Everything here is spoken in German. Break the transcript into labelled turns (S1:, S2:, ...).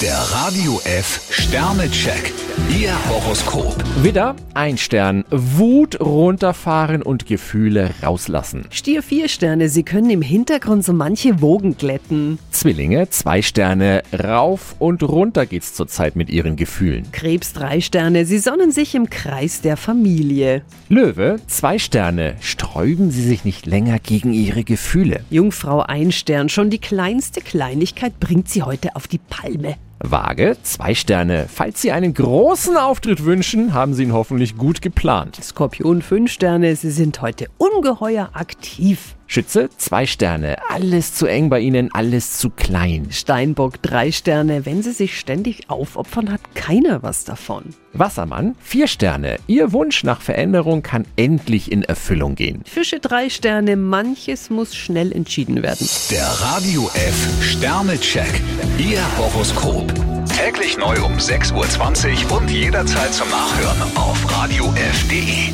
S1: Der Radio F Sternecheck. Ihr Horoskop.
S2: Widder, ein Stern. Wut runterfahren und Gefühle rauslassen.
S3: Stier vier Sterne, Sie können im Hintergrund so manche Wogen glätten.
S2: Zwillinge, zwei Sterne. Rauf und runter geht's zurzeit mit ihren Gefühlen.
S3: Krebs drei Sterne, Sie sonnen sich im Kreis der Familie.
S2: Löwe, zwei Sterne. Sträuben Sie sich nicht länger gegen Ihre Gefühle.
S3: Jungfrau ein Stern, schon die kleinste Kleinigkeit bringt Sie heute auf die Palme.
S2: Waage, zwei Sterne. Falls Sie einen großen Auftritt wünschen, haben Sie ihn hoffentlich gut geplant.
S3: Skorpion fünf Sterne, Sie sind heute ungeheuer aktiv.
S2: Schütze, zwei Sterne. Alles zu eng bei Ihnen, alles zu klein.
S3: Steinbock drei Sterne, wenn Sie sich ständig aufopfern, hat keiner was davon.
S2: Wassermann, vier Sterne. Ihr Wunsch nach Veränderung kann endlich in Erfüllung gehen.
S3: Fische drei Sterne, manches muss schnell entschieden werden.
S1: Der Radio F Sternecheck. Ihr Horoskop. Täglich neu um 6.20 Uhr und jederzeit zum Nachhören auf Radio radiof.de.